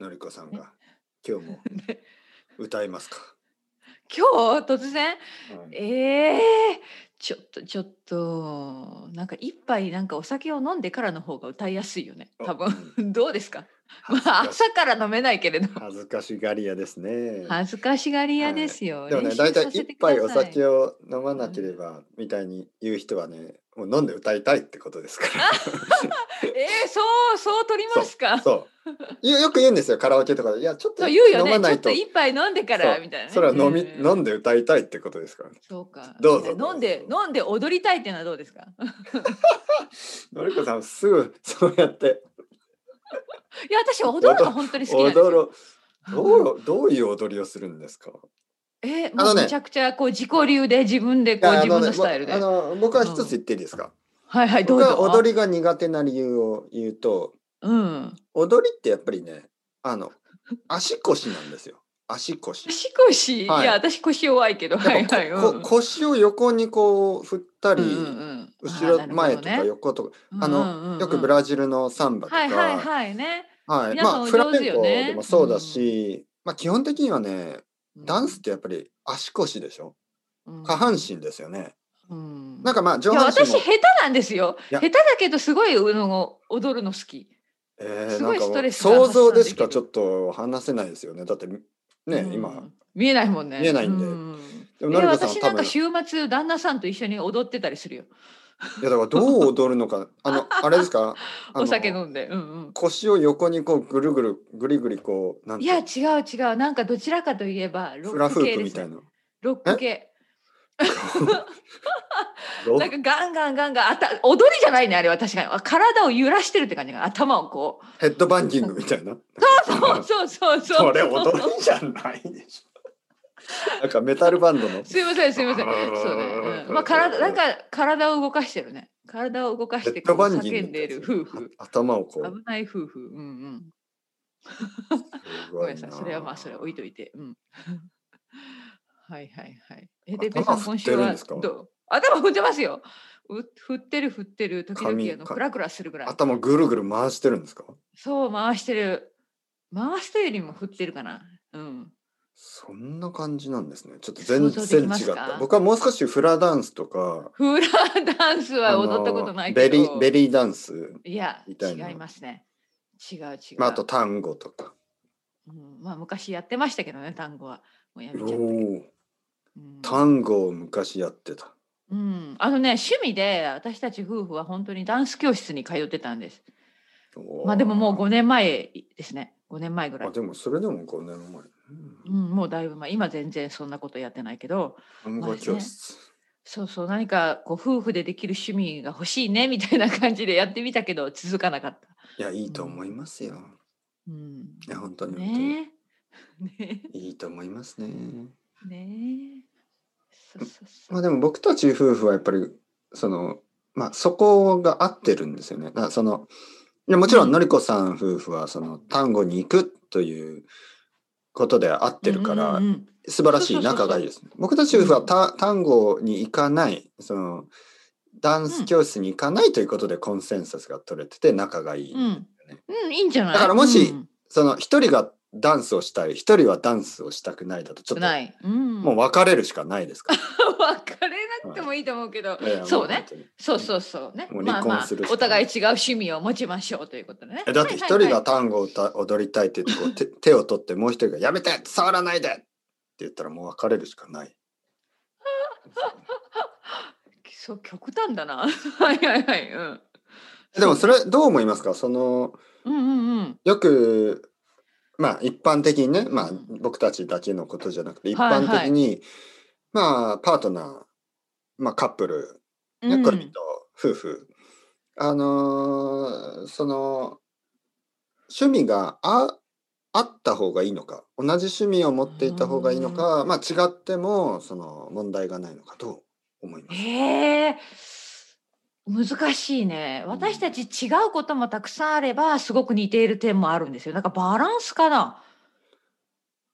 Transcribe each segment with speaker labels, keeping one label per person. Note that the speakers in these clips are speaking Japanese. Speaker 1: のりこさんが今日も 歌いますか。
Speaker 2: 今日突然
Speaker 1: うん
Speaker 2: ええちょっとちょっとなんか一杯なんかお酒を飲んでからの方が歌いやすいよね多分 どうですかまあ
Speaker 1: 恥ずかし
Speaker 2: 朝から飲めないけれど
Speaker 1: 恥ずかしがり屋ですね。
Speaker 2: 恥ずかしがり屋ですよ、
Speaker 1: でもね、
Speaker 2: だ
Speaker 1: 大
Speaker 2: い
Speaker 1: 体一杯お酒
Speaker 2: を
Speaker 1: を飲まなければみたいに言う人はね、もう飲んで歌いたいってことですから。
Speaker 2: えー、そうそう取ります かそう
Speaker 1: そう。よよく言うんですよ、カラオケとかで。いや、ちょっと
Speaker 2: 言うよ
Speaker 1: 飲ま
Speaker 2: ねち
Speaker 1: な
Speaker 2: ょっ
Speaker 1: いと。
Speaker 2: と一杯飲んでから
Speaker 1: そう
Speaker 2: みたいなね、
Speaker 1: それは飲み、
Speaker 2: うん
Speaker 1: 飲んで歌いたいってことですからね。
Speaker 2: そうか
Speaker 1: どうぞ
Speaker 2: 飲んで飲んで踊りたいっていうのはどうですかいや
Speaker 1: のりこさんすぐそうやって
Speaker 2: 私踊るの本当に好きなんですよ
Speaker 1: 踊るどうどういう踊りをするんですか。
Speaker 2: え
Speaker 1: あ
Speaker 2: も
Speaker 1: の
Speaker 2: う
Speaker 1: ね
Speaker 2: めちゃくちゃこう自己流で自分でこう
Speaker 1: いや
Speaker 2: 自分
Speaker 1: あね
Speaker 2: のスタイルで、
Speaker 1: もうあの僕は一つ言っていいですか。
Speaker 2: はいはいど
Speaker 1: 僕
Speaker 2: う
Speaker 1: は
Speaker 2: ぞ
Speaker 1: 踊りが苦手な理由を言うと、
Speaker 2: うん
Speaker 1: 踊りってやっぱりね、あの足腰なんですよ。足腰。
Speaker 2: 足腰、
Speaker 1: はい
Speaker 2: い、や私腰弱いけどはいはい
Speaker 1: やっぱこ
Speaker 2: うん
Speaker 1: こ腰を横にこう振ったり、
Speaker 2: うんうんうん
Speaker 1: 後ろ
Speaker 2: あー
Speaker 1: 前とか
Speaker 2: なるほどね
Speaker 1: 横とか、
Speaker 2: うん
Speaker 1: あ
Speaker 2: うんうんう
Speaker 1: の
Speaker 2: ん
Speaker 1: よくブラジルのサンバとか、
Speaker 2: はいはいはいね
Speaker 1: はい
Speaker 2: 皆
Speaker 1: ま
Speaker 2: さん
Speaker 1: あ
Speaker 2: お
Speaker 1: フラ
Speaker 2: 上
Speaker 1: メ
Speaker 2: 手
Speaker 1: ン
Speaker 2: よ
Speaker 1: コ
Speaker 2: ね
Speaker 1: でもそうだし、まあ基本的にはね、ダンスっ、てやっぱり足腰でしょ。
Speaker 2: うん
Speaker 1: 下半、身ですよね。
Speaker 2: うん、
Speaker 1: なんかまあ上
Speaker 2: いや
Speaker 1: 半身
Speaker 2: 私
Speaker 1: も
Speaker 2: 下、手なんですよ
Speaker 1: いや
Speaker 2: 下手だけどすごいあの踊るの好き
Speaker 1: えー
Speaker 2: す
Speaker 1: な
Speaker 2: ご
Speaker 1: ん
Speaker 2: い
Speaker 1: かも
Speaker 2: スト
Speaker 1: う
Speaker 2: レスが発
Speaker 1: 想
Speaker 2: 散
Speaker 1: 像でしか
Speaker 2: でき
Speaker 1: ち
Speaker 2: る
Speaker 1: ょっと話せないですよね。だってね、
Speaker 2: うん
Speaker 1: 今
Speaker 2: 見えないもんね
Speaker 1: 見えないんで
Speaker 2: うん
Speaker 1: で
Speaker 2: え
Speaker 1: も成子さんは
Speaker 2: 私
Speaker 1: 多
Speaker 2: な
Speaker 1: 分
Speaker 2: んか
Speaker 1: い
Speaker 2: 週末旦那さんと一緒に踊ってたりするよ
Speaker 1: やだからどう踊るのかあ のあれですかあの
Speaker 2: お酒飲んで、うんうん、
Speaker 1: 腰を横にこうぐるぐるぐりぐりこうなんて
Speaker 2: いや違う違うなんかどちらかといえばロ
Speaker 1: フラ
Speaker 2: ッ
Speaker 1: フ
Speaker 2: ク系
Speaker 1: ープ
Speaker 2: で
Speaker 1: み
Speaker 2: す
Speaker 1: たい
Speaker 2: ね
Speaker 1: な。
Speaker 2: ロック系
Speaker 1: ロ
Speaker 2: なんかガンガンガンガンあた踊りじゃないねあれは確かにあ体を揺らしてるって感じが頭をこう
Speaker 1: ヘッドバンキングみたいな。
Speaker 2: そうそうそうそう
Speaker 1: それ踊りじゃないでしょ。なんかメタルバンドの。
Speaker 2: すいませんすいませんそうね、うん、まあ体なんか体を動かしてるね体を動か
Speaker 1: ヘ
Speaker 2: して
Speaker 1: ッ
Speaker 2: こ
Speaker 1: ド
Speaker 2: う
Speaker 1: バンキング
Speaker 2: 叫んでいる夫婦
Speaker 1: 頭をこう。
Speaker 2: 危ない夫婦うんうん
Speaker 1: す
Speaker 2: ご
Speaker 1: ご
Speaker 2: めんなさいそれはまあそれは置いといてうん はいはいはいえでべ
Speaker 1: 頭
Speaker 2: さん
Speaker 1: 振
Speaker 2: 今
Speaker 1: って
Speaker 2: 週
Speaker 1: るん
Speaker 2: は
Speaker 1: ですか
Speaker 2: どう頭振ってますよう振ってる振ってる時々
Speaker 1: 髪
Speaker 2: あの
Speaker 1: か
Speaker 2: クラクラするぐらい
Speaker 1: 頭ぐるぐる回してるんですか。
Speaker 2: そう回してる回してよりも振ってるかなうん
Speaker 1: そんな感じなんですね。ちょっと全
Speaker 2: 想像
Speaker 1: 然違っ
Speaker 2: できますか
Speaker 1: た。僕はもう少しフラダンスとか。
Speaker 2: フラダンスは踊ったことないけ
Speaker 1: あのベリ
Speaker 2: ど
Speaker 1: ーベリーダンス、
Speaker 2: いや
Speaker 1: みたいな
Speaker 2: 違いますね違う違う、
Speaker 1: まあ、あと単語とか。
Speaker 2: うん、まあ昔やってましたけどね単語はもうやめちゃ
Speaker 1: お
Speaker 2: ったけ
Speaker 1: お
Speaker 2: ど、
Speaker 1: ー、
Speaker 2: うん
Speaker 1: 単語を昔やってた。
Speaker 2: うん、あのね趣味で私たち夫婦は本当にダンス教室に通ってたんです
Speaker 1: おー
Speaker 2: まあでももう5年前ですね5年前ぐらい
Speaker 1: あ、でもそれでも5年前。うん
Speaker 2: うん、もうだいぶ前今全然そんなことやってないけど
Speaker 1: 単語教室。
Speaker 2: そうそう何かこう夫婦でできる趣味が欲しいねみたいな感じでやってみたけど続かなかった。
Speaker 1: いや、いいと思いますよ。
Speaker 2: うん、
Speaker 1: いや、本当に本当に。
Speaker 2: ねえ。ね
Speaker 1: いいと思いますね。
Speaker 2: え。ねえ。そうそうそう。
Speaker 1: まあ、でも僕たち夫婦はやっぱり、その、まあ、そこが合ってるんですよね。だからその。いやもちろん、のりこさん夫婦は、その単語に行くという。ことで合ってるから、
Speaker 2: うんうんうん
Speaker 1: 素晴らしい
Speaker 2: そうそうそうそう
Speaker 1: 仲がいいですね。僕たち夫婦はた単語に行かない、そのダンス教室に行かないということでコンセンサスが取れてて仲がいい。
Speaker 2: うん、うん、いいんじゃない
Speaker 1: だからもし
Speaker 2: うん
Speaker 1: その一人がダンスをしたい、一人はダンスをしたくないだとちょっと
Speaker 2: ない、うん、
Speaker 1: もう別れるしかないです から。
Speaker 2: 別れなくてもいいと思うけど、
Speaker 1: いやいや
Speaker 2: そう。
Speaker 1: も
Speaker 2: ね
Speaker 1: 本当に
Speaker 2: そうそうそうね
Speaker 1: もう
Speaker 2: まあ
Speaker 1: 離
Speaker 2: ま
Speaker 1: 婚
Speaker 2: あ
Speaker 1: するしか
Speaker 2: お
Speaker 1: ない
Speaker 2: 互い違う趣味を持ちましょうということでね
Speaker 1: えだって一
Speaker 2: は
Speaker 1: 人
Speaker 2: いは
Speaker 1: が
Speaker 2: い
Speaker 1: 単語を歌踊りたいって言ってこ う手手を取ってもう一人が「やめて触らないで!」って言ったらもう別れるしかない。
Speaker 2: はいそう極端だな はいはいはいうん
Speaker 1: でもそれどう思いますかその
Speaker 2: うんうんうん
Speaker 1: よくまあ一般的にね、まあ
Speaker 2: うん、
Speaker 1: 僕たちだけのことじゃなくて一
Speaker 2: はい
Speaker 1: 般的に、まあパートナー、まあ、カップル、ね
Speaker 2: うん
Speaker 1: 恋人夫婦あのーその趣味がああった方がいいのか同じ趣味を持っていた方がいいのか、まあ違ってもその問題がないのかどう思います
Speaker 2: へえ難しいね私たち違うこともたくさんあればすごく似ている点もあるんですよなんかバランスかな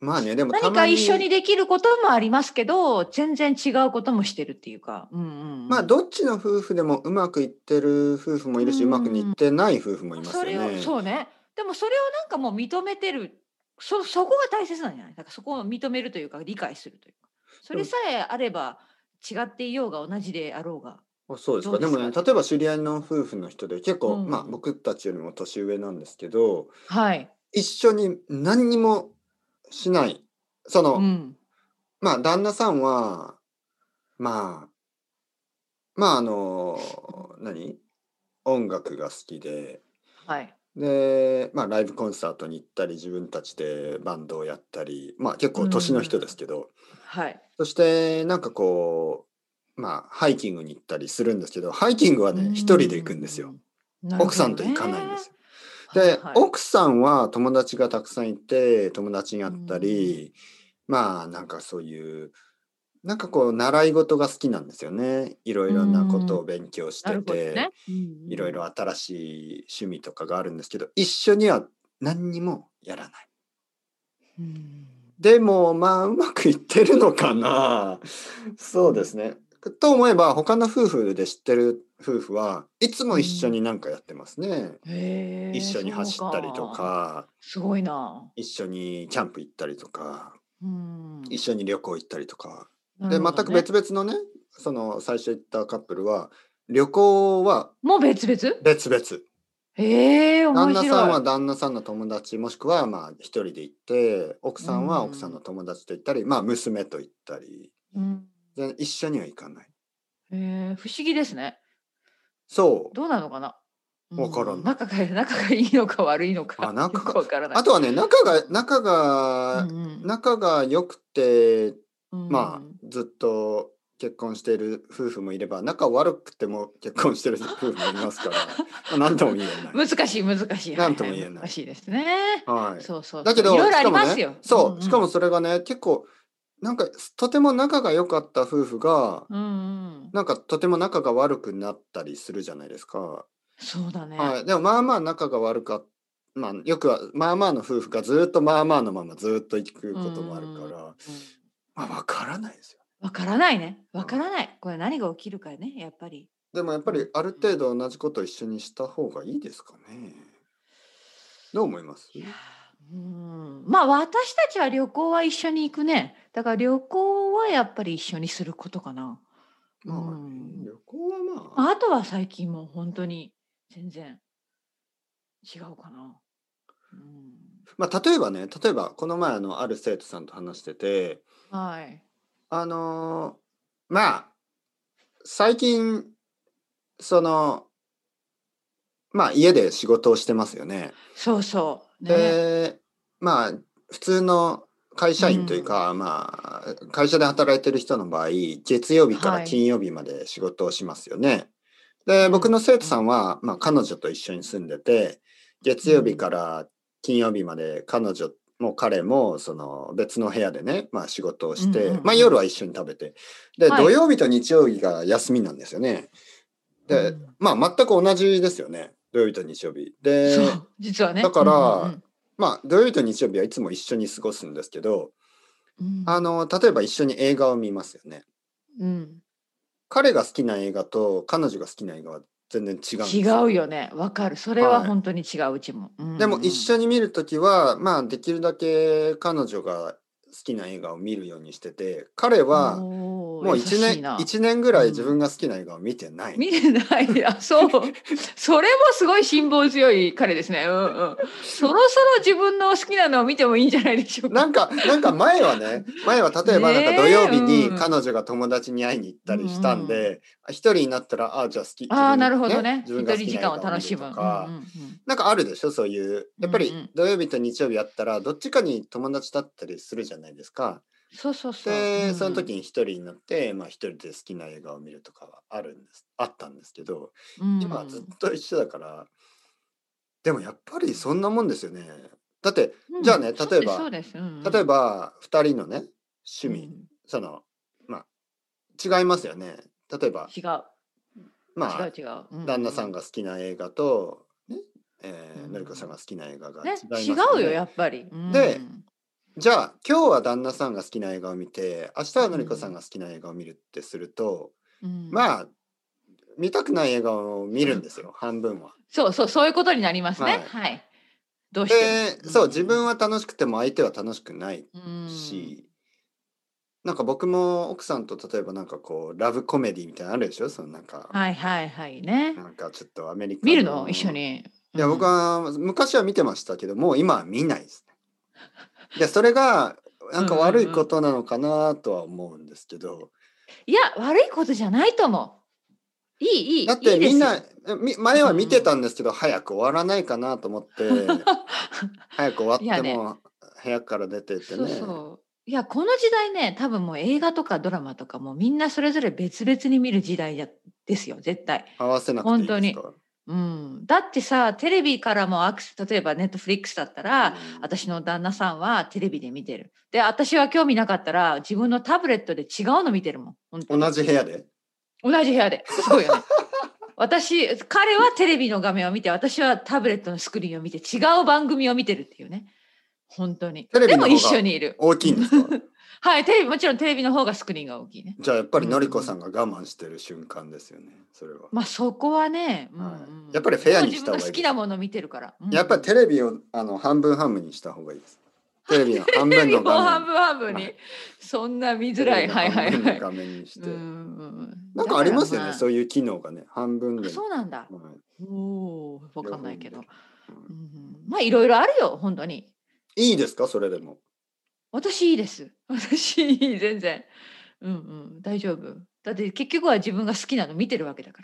Speaker 1: まあねでもた
Speaker 2: 何
Speaker 1: ま
Speaker 2: か
Speaker 1: に
Speaker 2: 一緒にできることもありますけど全然違うこともしてるっていうか、うんうんうん、
Speaker 1: まあどっちの夫婦でもうまくいってる夫婦もいるし、う
Speaker 2: うん
Speaker 1: まくいってない夫婦もいますよ
Speaker 2: それを
Speaker 1: ね。
Speaker 2: そうねでもそれをなんかもう認めてるそそこが大切なんじゃないなんかそこを認めるというか理解するというかそれさえあれば違っていようが同じであろうが。
Speaker 1: あそうですか
Speaker 2: どうで
Speaker 1: ですも
Speaker 2: か
Speaker 1: ね例えば知り合いの夫婦の人で結構、
Speaker 2: うん
Speaker 1: まあ僕たちよりも年上なんですけど
Speaker 2: はい、
Speaker 1: 一緒に何にもしないその、
Speaker 2: うん
Speaker 1: まあ旦那さんはまあまああの何音楽が好きで
Speaker 2: はい
Speaker 1: で、まあ、ライブコンサートに行ったり自分たちでバンドをやったりまあ結構年の人ですけど、
Speaker 2: はい
Speaker 1: そしてなんかこうまあハイキングに行ったりするんですけどハイキングはね一人で行くんですよ。。
Speaker 2: なるほどね
Speaker 1: 奥さんと行かないんですよ。で、
Speaker 2: はいはい
Speaker 1: 奥さんは友達がたくさんいて友達に会ったり、まあなんかそういうなんかこう習い事が好きなんですよねいろいろなことを勉強し
Speaker 2: な
Speaker 1: て
Speaker 2: るほど
Speaker 1: て、
Speaker 2: ね。うんうん
Speaker 1: いろいろ新しい趣味とかがあるんですけど一緒には何にもやらない。
Speaker 2: うん
Speaker 1: でもまあうまくいってるのかなそうですね。と思えば他の夫婦で知ってる夫婦はいつも一緒になんかやってますね。
Speaker 2: へー
Speaker 1: 一緒に走ったりと
Speaker 2: そう
Speaker 1: か
Speaker 2: すごいな。
Speaker 1: 一緒にキャンプ行ったりとか
Speaker 2: うん
Speaker 1: 一緒に旅行行ったりとか、
Speaker 2: な
Speaker 1: で
Speaker 2: る
Speaker 1: 全
Speaker 2: ほど
Speaker 1: く
Speaker 2: ね
Speaker 1: 別々のねその最初行ったカップルは旅行は
Speaker 2: もう別々
Speaker 1: 別々
Speaker 2: ええ
Speaker 1: 旦
Speaker 2: 面白
Speaker 1: 那
Speaker 2: い。
Speaker 1: さんは旦那さんの友達もしくはまあ一人で行って奥さんは奥さんの友達と行ったり、まあ娘と行ったり
Speaker 2: うん
Speaker 1: で一緒には行かない
Speaker 2: えー、不思議ですね。
Speaker 1: そう
Speaker 2: どうなのかな。うん
Speaker 1: わからない
Speaker 2: 仲が 仲がいいのか悪いのか。
Speaker 1: あ仲が
Speaker 2: よくわからない。
Speaker 1: あとはね仲が仲が、
Speaker 2: うんうん
Speaker 1: 仲が良くて
Speaker 2: うん
Speaker 1: まあずっと結婚している夫婦もいれば仲悪くても結婚してる夫婦もいます からまあ何とも言えない。
Speaker 2: 難しい難しい。
Speaker 1: なんとも言えない
Speaker 2: はは難しいですね。
Speaker 1: はい、
Speaker 2: そうそうそう。
Speaker 1: だけど
Speaker 2: いろいろあ
Speaker 1: し
Speaker 2: り
Speaker 1: かも
Speaker 2: ます
Speaker 1: ね
Speaker 2: よ。
Speaker 1: そう、
Speaker 2: んん
Speaker 1: しかも。それがね結構なんかとても仲が良かった夫婦が
Speaker 2: うんうん。
Speaker 1: なんかとても仲が悪くなったりするじゃないですか。
Speaker 2: そうだね。
Speaker 1: はい、でもまあまあ仲が悪かまあ、よくはまあまあの夫婦がずっとまあまあのままずっと行くこともあるから、
Speaker 2: うん
Speaker 1: まあ分からないですよ。
Speaker 2: わからないね。わからない。これ何が起きるかね、やっぱり。
Speaker 1: でもやっぱりある程度同じことを一緒にした方がいいですかね。どう思います
Speaker 2: いやーうんまあ私たちは旅行は一緒に行くね。だから旅行はやっぱり一緒にすることかな。
Speaker 1: まあ、
Speaker 2: うん
Speaker 1: 旅行はまあ、
Speaker 2: あとは最近もう本当に全然違うかな。うん、
Speaker 1: まあ、例えばね例えばこの前あのある生徒さんと話してて
Speaker 2: はい。
Speaker 1: あのーまあ最近そのまあ家で仕事をしてますよね。
Speaker 2: そうそう。ね。
Speaker 1: でまあ普通の会社員というか、まあ会社で働いてる人の場合月曜日から
Speaker 2: はい
Speaker 1: 金曜日まで仕事をしますよね。
Speaker 2: う
Speaker 1: で
Speaker 2: ん
Speaker 1: 僕の生徒さんは、まあ、彼女と一緒に住んでて月曜日から金曜日まで彼女も彼もその別の部屋でね、まあ、仕事をして、
Speaker 2: うんうんうん
Speaker 1: まあ、夜は一緒に食べてで、
Speaker 2: はい
Speaker 1: 土曜日と日曜日が休みなんですよね。で、
Speaker 2: うん
Speaker 1: まあ全く同じですよね土曜日と日曜日。で
Speaker 2: そう実はね。
Speaker 1: だから
Speaker 2: うん
Speaker 1: まあ、土曜日と日曜日はいつも一緒に過ごすんですけど、
Speaker 2: うんうん
Speaker 1: あの、例えば一緒に映画を見ますよね。
Speaker 2: うん
Speaker 1: 彼が好きな映画と彼女が好きな映画は全然違うんです
Speaker 2: 違
Speaker 1: よ
Speaker 2: うよね。わかる。それは本当に違う、うちも。うんうん
Speaker 1: でも一緒に見るときは、まあ、できるだけ彼女が好きな映画を見るようにしてて、彼は
Speaker 2: おー
Speaker 1: もう
Speaker 2: 優
Speaker 1: 1
Speaker 2: しい
Speaker 1: 年、
Speaker 2: な
Speaker 1: 一年ぐらい自分が好きな映画を見てない。
Speaker 2: 見てないあそう それもすごい辛抱強い彼ですねうんうんそろそろ自分の好きなのを見てもいいんじゃないでしょうか
Speaker 1: なんか、なんか前はね、前は例えばなんか
Speaker 2: ねえ
Speaker 1: 土曜日に
Speaker 2: うん
Speaker 1: 彼女が友達に会いに行ったりしたん
Speaker 2: うん
Speaker 1: で、一、人になったら、ああ、じゃあ好き。
Speaker 2: ああなるほどね
Speaker 1: 自分
Speaker 2: 一人
Speaker 1: が好き
Speaker 2: 時
Speaker 1: な映画を見ると
Speaker 2: 間を
Speaker 1: か
Speaker 2: 楽しむ、うんうん
Speaker 1: なんかあるでしょそういうやっぱ
Speaker 2: うんうん
Speaker 1: り土曜日と日曜日やったらどっちかに友達だったりするじゃないですか。
Speaker 2: そうそうそう
Speaker 1: で
Speaker 2: うん
Speaker 1: その時に一人になって、まあ、一人で好きな映画を見るとかはあるんですあったんですけど
Speaker 2: うん
Speaker 1: 今はずっと一緒だから、でもやっぱりそんなもんですよね。だって
Speaker 2: うん
Speaker 1: じゃあね例えば
Speaker 2: そうですそうですうんうん
Speaker 1: 例えば2人のね趣味、
Speaker 2: うん
Speaker 1: そのまあ違いますよね。例えば
Speaker 2: 違う
Speaker 1: まあ
Speaker 2: 違う違う、うんうん
Speaker 1: 旦那さんが好きな映画と、ねえー
Speaker 2: うん
Speaker 1: のりこさんが好きな映画が違い
Speaker 2: ね
Speaker 1: ます
Speaker 2: 違うよやっぱり、うん
Speaker 1: でじゃあ今日は旦那さんが好きな映画を見て明日はのりこさんが好きな映画を見るってすると、
Speaker 2: うん
Speaker 1: まあ見たくない映画を見るんですよ半分は。
Speaker 2: そうそうそういうことになりますねはい、どうしても
Speaker 1: でそう自分は楽しくても相手は楽しくないし、なんか僕も奥さんと例えばなんかこうラブコメディみたいなのあるでしょそのなんか、
Speaker 2: うんはいはいはいね
Speaker 1: なんかちょっとアメリカ
Speaker 2: 見るの一緒に
Speaker 1: いや僕は昔は見てましたけどもう今は見ないですね。でそれがなんか悪いことなのかなとは思うんですけど、
Speaker 2: いや悪いことじゃないと思ういいいい
Speaker 1: だって
Speaker 2: いいで
Speaker 1: み
Speaker 2: す
Speaker 1: ん
Speaker 2: よ
Speaker 1: なみ前は見てたんですけど、早く終わらないかなと思って 早く終わって
Speaker 2: い
Speaker 1: も部屋から出てって
Speaker 2: そう
Speaker 1: ね
Speaker 2: そういやこの時代ね多分もう映画とかドラマとかもうみんなそれぞれ別々に見る時代だですよ絶対
Speaker 1: 合わせなくていいですか
Speaker 2: うん、だってさテレビからもアクセ例えばネットフリックスだったら、私の旦那さんはテレビで見てるで私は興味なかったら自分のタブレットで違うの見てるもん本当
Speaker 1: うん
Speaker 2: に
Speaker 1: 同じ部屋で
Speaker 2: 同じ部屋でそうよね 私彼はテレビの画面を見て私はタブレットのスクリーンを見て違う番組を見てるっていうね本当に
Speaker 1: テレビ
Speaker 2: で
Speaker 1: の方
Speaker 2: も
Speaker 1: が
Speaker 2: 一緒にいる
Speaker 1: 大きいんです か
Speaker 2: はいテレビもちろんテレビの方がスクリーンが大きいね
Speaker 1: じゃあやっぱりのりこさんが我慢してる瞬間ですよねそれは、
Speaker 2: まあそこはね、うん
Speaker 1: はい
Speaker 2: うん
Speaker 1: やっぱりフェアにした方がいい
Speaker 2: でも自分の好きなものを見てるから、うん
Speaker 1: やっぱりテレビをあの半分半分にした方がいいです テレビの半分の
Speaker 2: もう
Speaker 1: 画
Speaker 2: 半
Speaker 1: 面
Speaker 2: 分半分
Speaker 1: は
Speaker 2: に。そんな見づらい。はいはい
Speaker 1: テレビの半分
Speaker 2: は
Speaker 1: の
Speaker 2: い。
Speaker 1: 画面にして、
Speaker 2: うんうん
Speaker 1: なんかありますよね、
Speaker 2: だか
Speaker 1: そ
Speaker 2: ら
Speaker 1: ういう機能がね半分
Speaker 2: まあ
Speaker 1: で
Speaker 2: あそうなんだ。
Speaker 1: はい
Speaker 2: おお、わかんないけど。う
Speaker 1: うん
Speaker 2: んまあいろいろあるよ、本当に。
Speaker 1: いいですかそれでも
Speaker 2: 私いいです。 私いい、全然。うんうん、大丈夫。だって結局は自分が好きなの見てるわけだか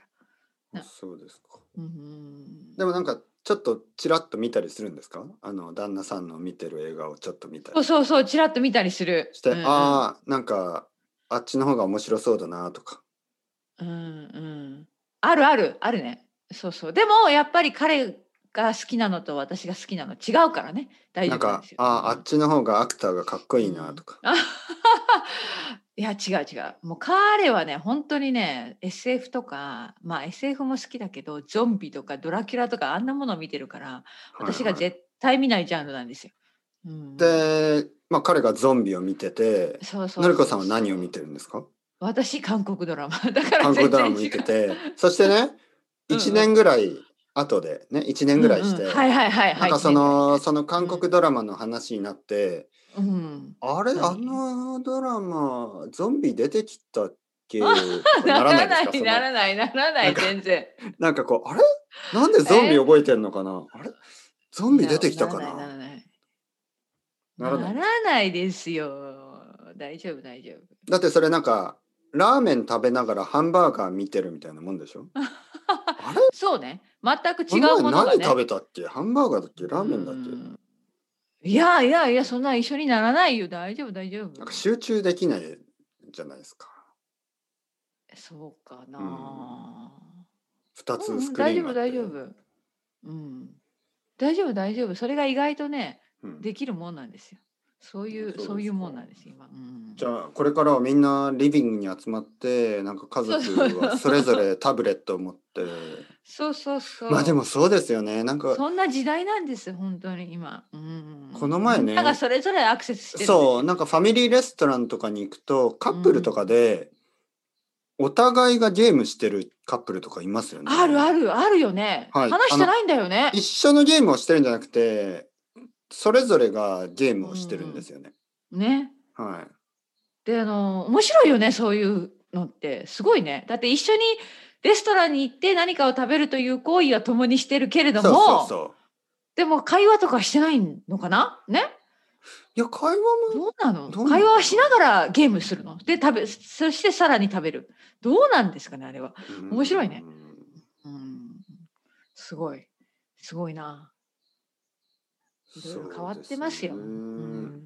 Speaker 2: ら。な
Speaker 1: そうですか
Speaker 2: うんうん、
Speaker 1: でもなんかちょっとちらっと見たりするんですかあの旦那さんの見てる映画をちょっと見た
Speaker 2: そう
Speaker 1: り
Speaker 2: そうそう、ちらっと見たりする。
Speaker 1: して、
Speaker 2: うんうん
Speaker 1: ああなんかあっちの方が面白そうだなとか
Speaker 2: うんうん、あるあるあるねそうそうでもやっぱり彼が好きなのと私が好きなの違うからね大
Speaker 1: なん
Speaker 2: 丈夫なん
Speaker 1: か
Speaker 2: ですよ。
Speaker 1: あーあっちの方がアクターがかっこいいなとか、
Speaker 2: うん。 いや違う違うもう彼はね本当にね SF とかまあ SF も好きだけどゾンビとかドラキュラとかあんなものを見てるから
Speaker 1: はいはい
Speaker 2: 私が絶対見ないジャンルなんですよ。うん、
Speaker 1: で、まあ、彼がゾンビを見てて
Speaker 2: そうそう
Speaker 1: のりこさんは何を見てるんですか
Speaker 2: 私韓国ドラマだから
Speaker 1: 韓国ドラマ
Speaker 2: 全然違
Speaker 1: 見
Speaker 2: う
Speaker 1: て てそしてね
Speaker 2: うん
Speaker 1: 1年ぐらい後でね1年ぐらいして、
Speaker 2: うんうんはいはいはいはい
Speaker 1: なんかそのその韓国ドラマの話になって、
Speaker 2: うん
Speaker 1: あれあ
Speaker 2: 何
Speaker 1: のドラマゾンビ出てきたっ けと
Speaker 2: な
Speaker 1: なら
Speaker 2: ら
Speaker 1: な
Speaker 2: ない
Speaker 1: です
Speaker 2: い
Speaker 1: か
Speaker 2: ならないならな
Speaker 1: ないんか
Speaker 2: 全然
Speaker 1: そのなんかこうあれなんでゾンビ覚えてんのかなあれゾンビ出てきたかな
Speaker 2: ならない
Speaker 1: な
Speaker 2: な
Speaker 1: らな
Speaker 2: らないいならないですよ大丈夫大丈夫
Speaker 1: だってそれなんかラーメン食べながらハンバーガー見てるみたいなもんでしょあれ
Speaker 2: そうね全く
Speaker 1: こ
Speaker 2: 違
Speaker 1: の
Speaker 2: うも
Speaker 1: 前
Speaker 2: のが
Speaker 1: 何
Speaker 2: ね
Speaker 1: 食べたっけハンバーガーだっけラーメンだっけ
Speaker 2: うんいやいやいやそんな一緒にならないよ大丈夫大丈夫
Speaker 1: なんか集中できないじゃないですか
Speaker 2: そうか
Speaker 1: 2
Speaker 2: な、うんう
Speaker 1: つ
Speaker 2: ん
Speaker 1: スクリー
Speaker 2: 大丈
Speaker 1: ンがあって
Speaker 2: 夫大丈夫うん大丈夫大丈夫それが意外とね
Speaker 1: うん
Speaker 2: できるもんなんですよそういう
Speaker 1: そうです
Speaker 2: そう
Speaker 1: か
Speaker 2: いうもんなんですよ今、うん、
Speaker 1: じゃあこれからはみんなリビングに集まってなんか家族はそれぞれタブレットを持って
Speaker 2: そうそうそう
Speaker 1: まあでもそうですよねなんか
Speaker 2: そんな時代なんです本当に今。うん、
Speaker 1: この前ね
Speaker 2: みんながそれぞれアクセスしてる。
Speaker 1: そうなんかファミリーレストランとかに行くとカップルとかでお互いがゲームしてるカップルとかいますよね。
Speaker 2: あるあるあるよね。
Speaker 1: はい
Speaker 2: 話してないんだよね。
Speaker 1: 一緒のゲームをしてるんじゃなくてそれぞれがゲームをしてるんですよね。
Speaker 2: ね。
Speaker 1: はい
Speaker 2: であの面白いよねそういうのってすごいね。だって一緒にレストランに行って何かを食べるという行為は共にしてるけれども
Speaker 1: そうそうそう
Speaker 2: でも会話とかしてないのかなね
Speaker 1: いや会話も
Speaker 2: どうなの
Speaker 1: どうなの
Speaker 2: 会話はしながらゲームするので食べそしてさらに食べるどうなんですかねあれは。
Speaker 1: うん
Speaker 2: 面白いねうんすごいすごいな。いろいろ変わってますよ。
Speaker 1: そう
Speaker 2: う
Speaker 1: でね
Speaker 2: ん